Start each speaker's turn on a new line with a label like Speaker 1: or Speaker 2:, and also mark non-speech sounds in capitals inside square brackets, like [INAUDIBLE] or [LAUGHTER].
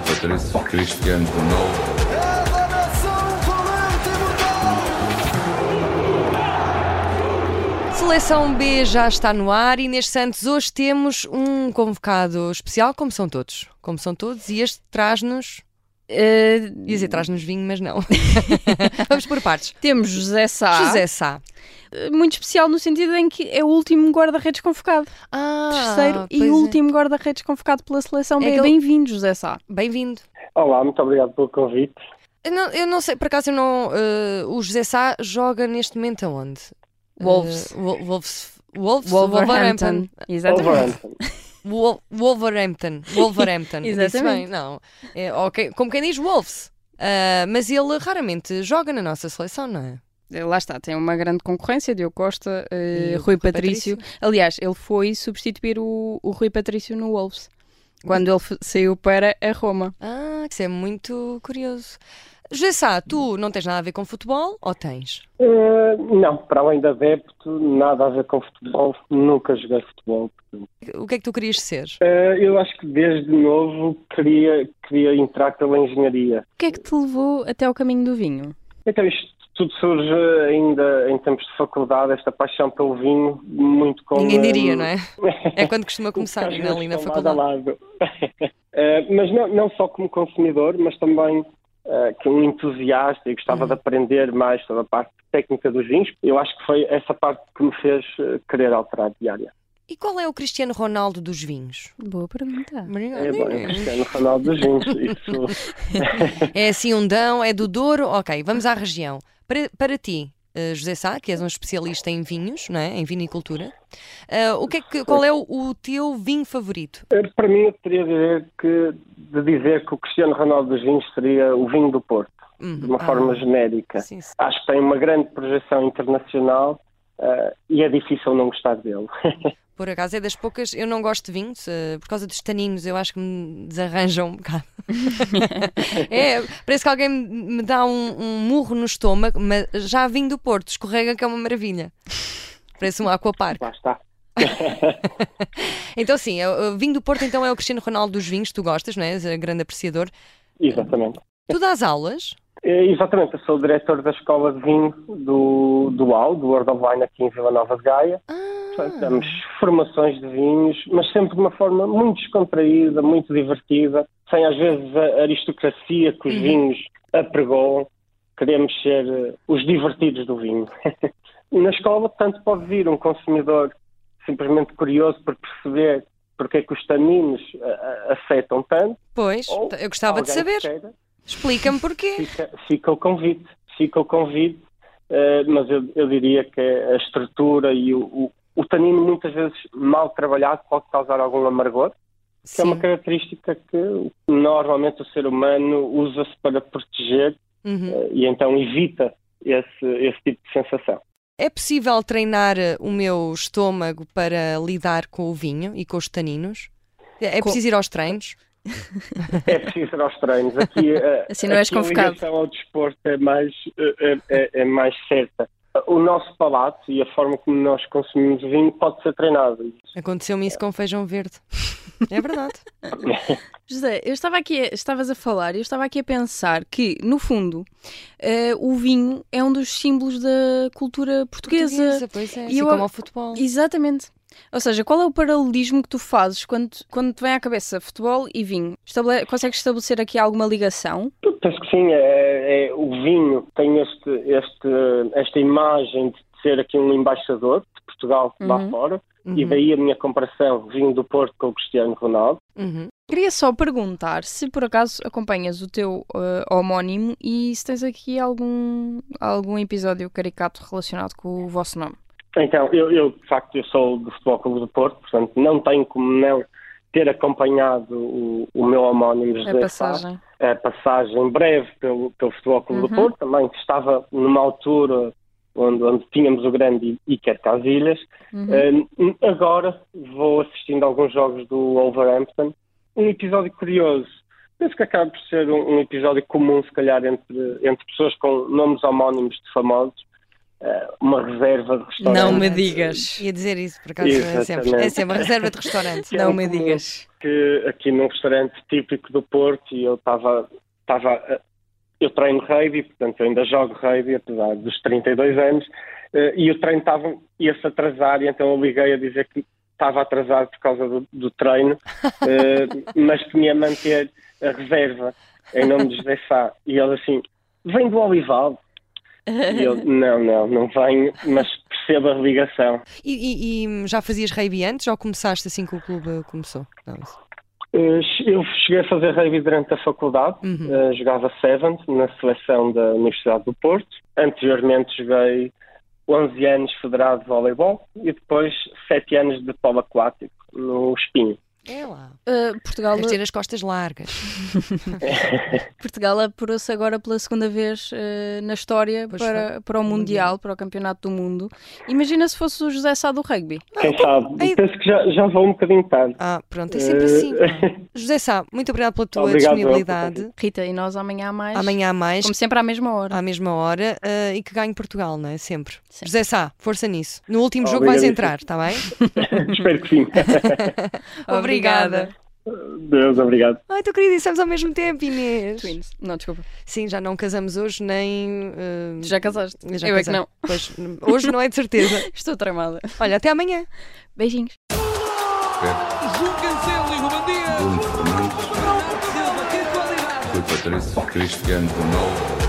Speaker 1: Patrice Cristiano Ronaldo.
Speaker 2: Seleção B já está no ar e neste Santos hoje temos um convocado especial, como são todos. Como são todos, e este traz-nos.
Speaker 3: Eh,
Speaker 2: Ia dizer traz-nos vinho, mas não. [LAUGHS] Vamos por partes.
Speaker 3: temos José Sá,
Speaker 2: José Sá.
Speaker 3: eh, muito especial no sentido em que é o último guarda-redes convocado.
Speaker 2: Ah,
Speaker 3: Terceiro
Speaker 2: pois
Speaker 3: e
Speaker 2: é.
Speaker 3: último guarda-redes convocado pela seleção
Speaker 2: É
Speaker 3: B.
Speaker 2: aquele-
Speaker 3: Bem-vindo, José Sá.
Speaker 2: Bem-vindo.
Speaker 4: Olá, muito obrigado pelo convite.
Speaker 2: Eu não, eu não sei, por acaso eu não. eh, o José Sá joga neste momento aonde?
Speaker 3: Wolves.
Speaker 2: Eh, Wo- Wolves. Wolves?
Speaker 3: Wolverhampton. Exatamente.
Speaker 4: Wolverhampton.
Speaker 2: Wol- Wolverhampton. Wolverhampton. Disse bem,
Speaker 3: Exatamente.
Speaker 2: não. É, ok, Como quem diz Wolves. Ah, mas ele raramente joga na nossa seleção, não é?
Speaker 3: Eh, Lá está, tem uma grande concorrência, Diogo Costa, eh,
Speaker 2: E o
Speaker 3: Rui
Speaker 2: Rui
Speaker 3: Patrício. Aliás, ele foi substituir o, o Rui Patrício no Wolves, quando ele f- saiu para a Roma.
Speaker 2: Ah, isso é muito curioso. José Sá, tu não tens nada a ver com futebol ou tens?
Speaker 4: Eh, não, para além de adepto, nada a ver com futebol, nunca joguei futebol.
Speaker 2: O que é que tu querias ser?
Speaker 4: Eh, eu acho que desde novo queria, queria entrar pela engenharia.
Speaker 3: O que é que te levou até ao caminho do vinho?
Speaker 4: Então isto tudo surge ainda em tempos de faculdade, esta paixão pelo vinho, muito com...
Speaker 2: Ninguém diria,
Speaker 4: eh, [LAUGHS]
Speaker 2: não é? É quando costuma começar
Speaker 4: Às vezes
Speaker 2: ali na
Speaker 4: estão lado
Speaker 2: faculdade.
Speaker 4: a lado. [LAUGHS] Eh, mas não, não só como consumidor, mas também eh, como entusiasta e gostava
Speaker 2: Uhum.
Speaker 4: de aprender mais sobre a parte técnica dos vinhos. Eu acho que foi essa parte que me fez eh, querer alterar a diária.
Speaker 2: E qual é o Cristiano Ronaldo dos vinhos?
Speaker 3: Boa pergunta.
Speaker 2: Ah,
Speaker 4: É bom, é Cristiano Ronaldo dos
Speaker 2: [LAUGHS]
Speaker 4: vinhos. Isso,
Speaker 2: É assim um dão, é do Douro. Ok, vamos à região. Para, para ti, eh, José Sá, que és um especialista em vinhos, não é? em vinicultura, eh, o que é que, qual é o, o teu vinho favorito?
Speaker 4: Eh, para mim, eu teria de dizer que, de dizer que o Cristiano Ronaldo dos vinhos seria o vinho do Porto,
Speaker 2: Hum,
Speaker 4: de uma
Speaker 2: ah,
Speaker 4: forma genérica.
Speaker 2: sim, sim.
Speaker 4: Acho que tem uma grande projeção internacional eh, e é difícil não gostar dele. [LAUGHS]
Speaker 2: Por acaso é das poucas, eu não gosto de vinhos, eh, por causa dos taninos, eu acho que me desarranjam
Speaker 4: [LAUGHS]
Speaker 2: um bocado. é, parece que alguém me me dá um, um murro no estômago, mas já vinho do Porto, escorrega que é uma maravilha. Parece um aquapark.
Speaker 4: Lá está.
Speaker 2: Então sim, é o- o vinho do Porto então é o Cristiano Ronaldo dos vinhos, tu gostas, não é? És eh, grande apreciador.
Speaker 4: Exatamente.
Speaker 2: Tu dás aulas?
Speaker 4: É, Exatamente, eu sou o diretor da Escola de Vinho do, do AU, do World of Wine, aqui em Vila Nova de Gaia.
Speaker 2: Ah.
Speaker 4: Portanto, damos formações de vinhos, mas sempre de uma forma muito descontraída, muito divertida, sem às vezes a aristocracia que os
Speaker 2: Uhum.
Speaker 4: vinhos apregoam. Queremos ser eh, os divertidos do vinho. [LAUGHS] Na escola, tanto pode vir um consumidor simplesmente curioso por perceber porque é que os taninos eh, afetam tanto.
Speaker 2: Pois,
Speaker 4: ou
Speaker 2: eu gostava de
Speaker 4: Oh, alguém que
Speaker 2: saber.
Speaker 4: queira
Speaker 2: Explica-me porquê.
Speaker 4: Fica, fica o convite, fica o convite, eh, mas eu, eu diria que a estrutura e o, o, o tanino muitas vezes mal trabalhado pode causar algum amargor, que é uma
Speaker 2: Sim.
Speaker 4: característica que normalmente o ser humano usa-se para proteger
Speaker 2: Uhum.
Speaker 4: eh, e então evita esse, esse tipo de sensação.
Speaker 2: É possível treinar eh, o meu estômago para lidar com o vinho e com os taninos? É é
Speaker 3: Com-
Speaker 2: preciso ir aos treinos?
Speaker 4: É preciso ir aos treinos. Aqui, eh,
Speaker 3: Assim não és
Speaker 4: aqui a
Speaker 3: convocado.
Speaker 4: ligação ao desporto é mais, eh, é, é- é mais certa. O nosso palato e a forma como nós consumimos vinho pode ser treinado.
Speaker 2: Aconteceu-me isso com feijão verde. É verdade.
Speaker 3: José, eu estava aqui, a- estavas a falar, e eu estava aqui a pensar que, no fundo, eh, o vinho é um dos símbolos da cultura [LAUGHS] portuguesa.
Speaker 2: Portuguesa, pois é.
Speaker 3: E
Speaker 2: Assim
Speaker 3: eu-
Speaker 2: como ao futebol.
Speaker 3: Exatamente. Ou seja, qual é o paralelismo que tu fazes quando, quando te vem à cabeça futebol e vinho? Estabele- Consegues estabelecer aqui alguma ligação?
Speaker 4: Penso que sim, é, é- o vinho tem este, este- esta imagem de ser aqui um embaixador de Portugal lá
Speaker 3: Uhum.
Speaker 4: fora, e
Speaker 2: Uhum,
Speaker 4: daí a minha comparação, vinho do Porto com o Cristiano Ronaldo.
Speaker 2: uhum.
Speaker 3: Queria só perguntar se por acaso acompanhas o teu eh, homónimo e se tens aqui algum, algum episódio caricato relacionado com o vosso nome.
Speaker 4: Então, eu, eu, de facto, eu sou do Futebol Clube do Porto, portanto, não tenho como não ter acompanhado o, o meu homónimo José
Speaker 3: A
Speaker 4: Sá.
Speaker 3: passagem.
Speaker 4: a passagem breve pelo, pelo Futebol Clube do
Speaker 3: Uhum.
Speaker 4: Porto, também que estava numa altura onde, onde tínhamos o grande Iker Casillas. Eh, agora vou assistindo a alguns jogos do Wolverhampton. Um episódio curioso. Penso que acaba por ser um, um episódio comum, se calhar, entre, entre pessoas com nomes homónimos de famosos, eh, uma reserva de restaurante.
Speaker 3: Não me digas.
Speaker 2: É Ia dizer isso, por acaso é sempre. É
Speaker 4: Exatamente.
Speaker 2: sempre uma reserva de restaurante.
Speaker 4: Que é
Speaker 2: Não
Speaker 4: um
Speaker 2: me
Speaker 4: comum
Speaker 2: digas.
Speaker 4: que aqui num restaurante típico do Porto e eu estava estava eh, eu treino rugby, portanto eu ainda jogo rugby apesar dos 32 anos eh, e o treino estava ia-se atrasar e então eu liguei a dizer que estava atrasado por causa do, do
Speaker 2: [LAUGHS]
Speaker 4: treino eh, mas que me ia manter a reserva em nome de José Sá e ele assim, vem do Olival e eu, não, não, não venho mas percebo a ligação
Speaker 2: E, e- e já fazias rugby antes ou começaste assim que o clube eh, começou? Não, isso.
Speaker 4: Eh, Eu cheguei a fazer rugby durante a faculdade, Eh, jogava Seventh na seleção da Universidade do Porto. Anteriormente joguei 11 anos federado de voleibol e depois 7 anos de polo aquático no Espinho.
Speaker 2: É lá.
Speaker 3: Ah, Portugal,
Speaker 2: Deves ter as costas largas.
Speaker 3: Portugal apurou-se agora pela segunda vez eh, na história
Speaker 2: Pois
Speaker 3: para, para o Mundial, para o Campeonato do Mundo. Imagina se fosse o José Sá do rugby.
Speaker 4: Quem sabe?
Speaker 2: ai-
Speaker 4: Penso que já, já vou um bocadinho tarde. [LAUGHS]
Speaker 2: Ah, pronto, é
Speaker 3: Eh,
Speaker 2: sempre assim. pá.
Speaker 3: [LAUGHS]
Speaker 2: José Sá, muito obrigado pela tua
Speaker 4: Obrigado, eu,
Speaker 2: disponibilidade.
Speaker 3: Rita, e nós amanhã há mais.
Speaker 2: Amanhã há mais,
Speaker 3: Como sempre, à mesma hora.
Speaker 2: à mesma hora, eh, e que ganhe Portugal, não é? Sempre.
Speaker 3: Sim.
Speaker 2: José Sá, força nisso. No último jogo vais
Speaker 4: Obrigadíssimo.
Speaker 2: entrar, está
Speaker 3: [LAUGHS]
Speaker 2: bem?
Speaker 4: Espero que sim.
Speaker 2: Ah, Obrigada.
Speaker 4: Deus, obrigado.
Speaker 2: Ai, tu querida, dissemos ao mesmo tempo, Inês.
Speaker 3: Twins. Não, desculpa.
Speaker 2: Sim, já não casamos hoje, nem. eh,
Speaker 3: Tu já casaste.
Speaker 2: eu já
Speaker 3: Eu é que
Speaker 2: casei.
Speaker 3: não.
Speaker 2: Pois, hoje não é de certeza.
Speaker 3: [LAUGHS] Estou tramada.
Speaker 2: Olha, até amanhã.
Speaker 3: Beijinhos.
Speaker 5: Júlio Cancelo e Ruben Dias.
Speaker 1: Bruno Fernandes,
Speaker 5: Silva, que qualidade.
Speaker 1: Rui Patrício, Cristiano Ronaldo.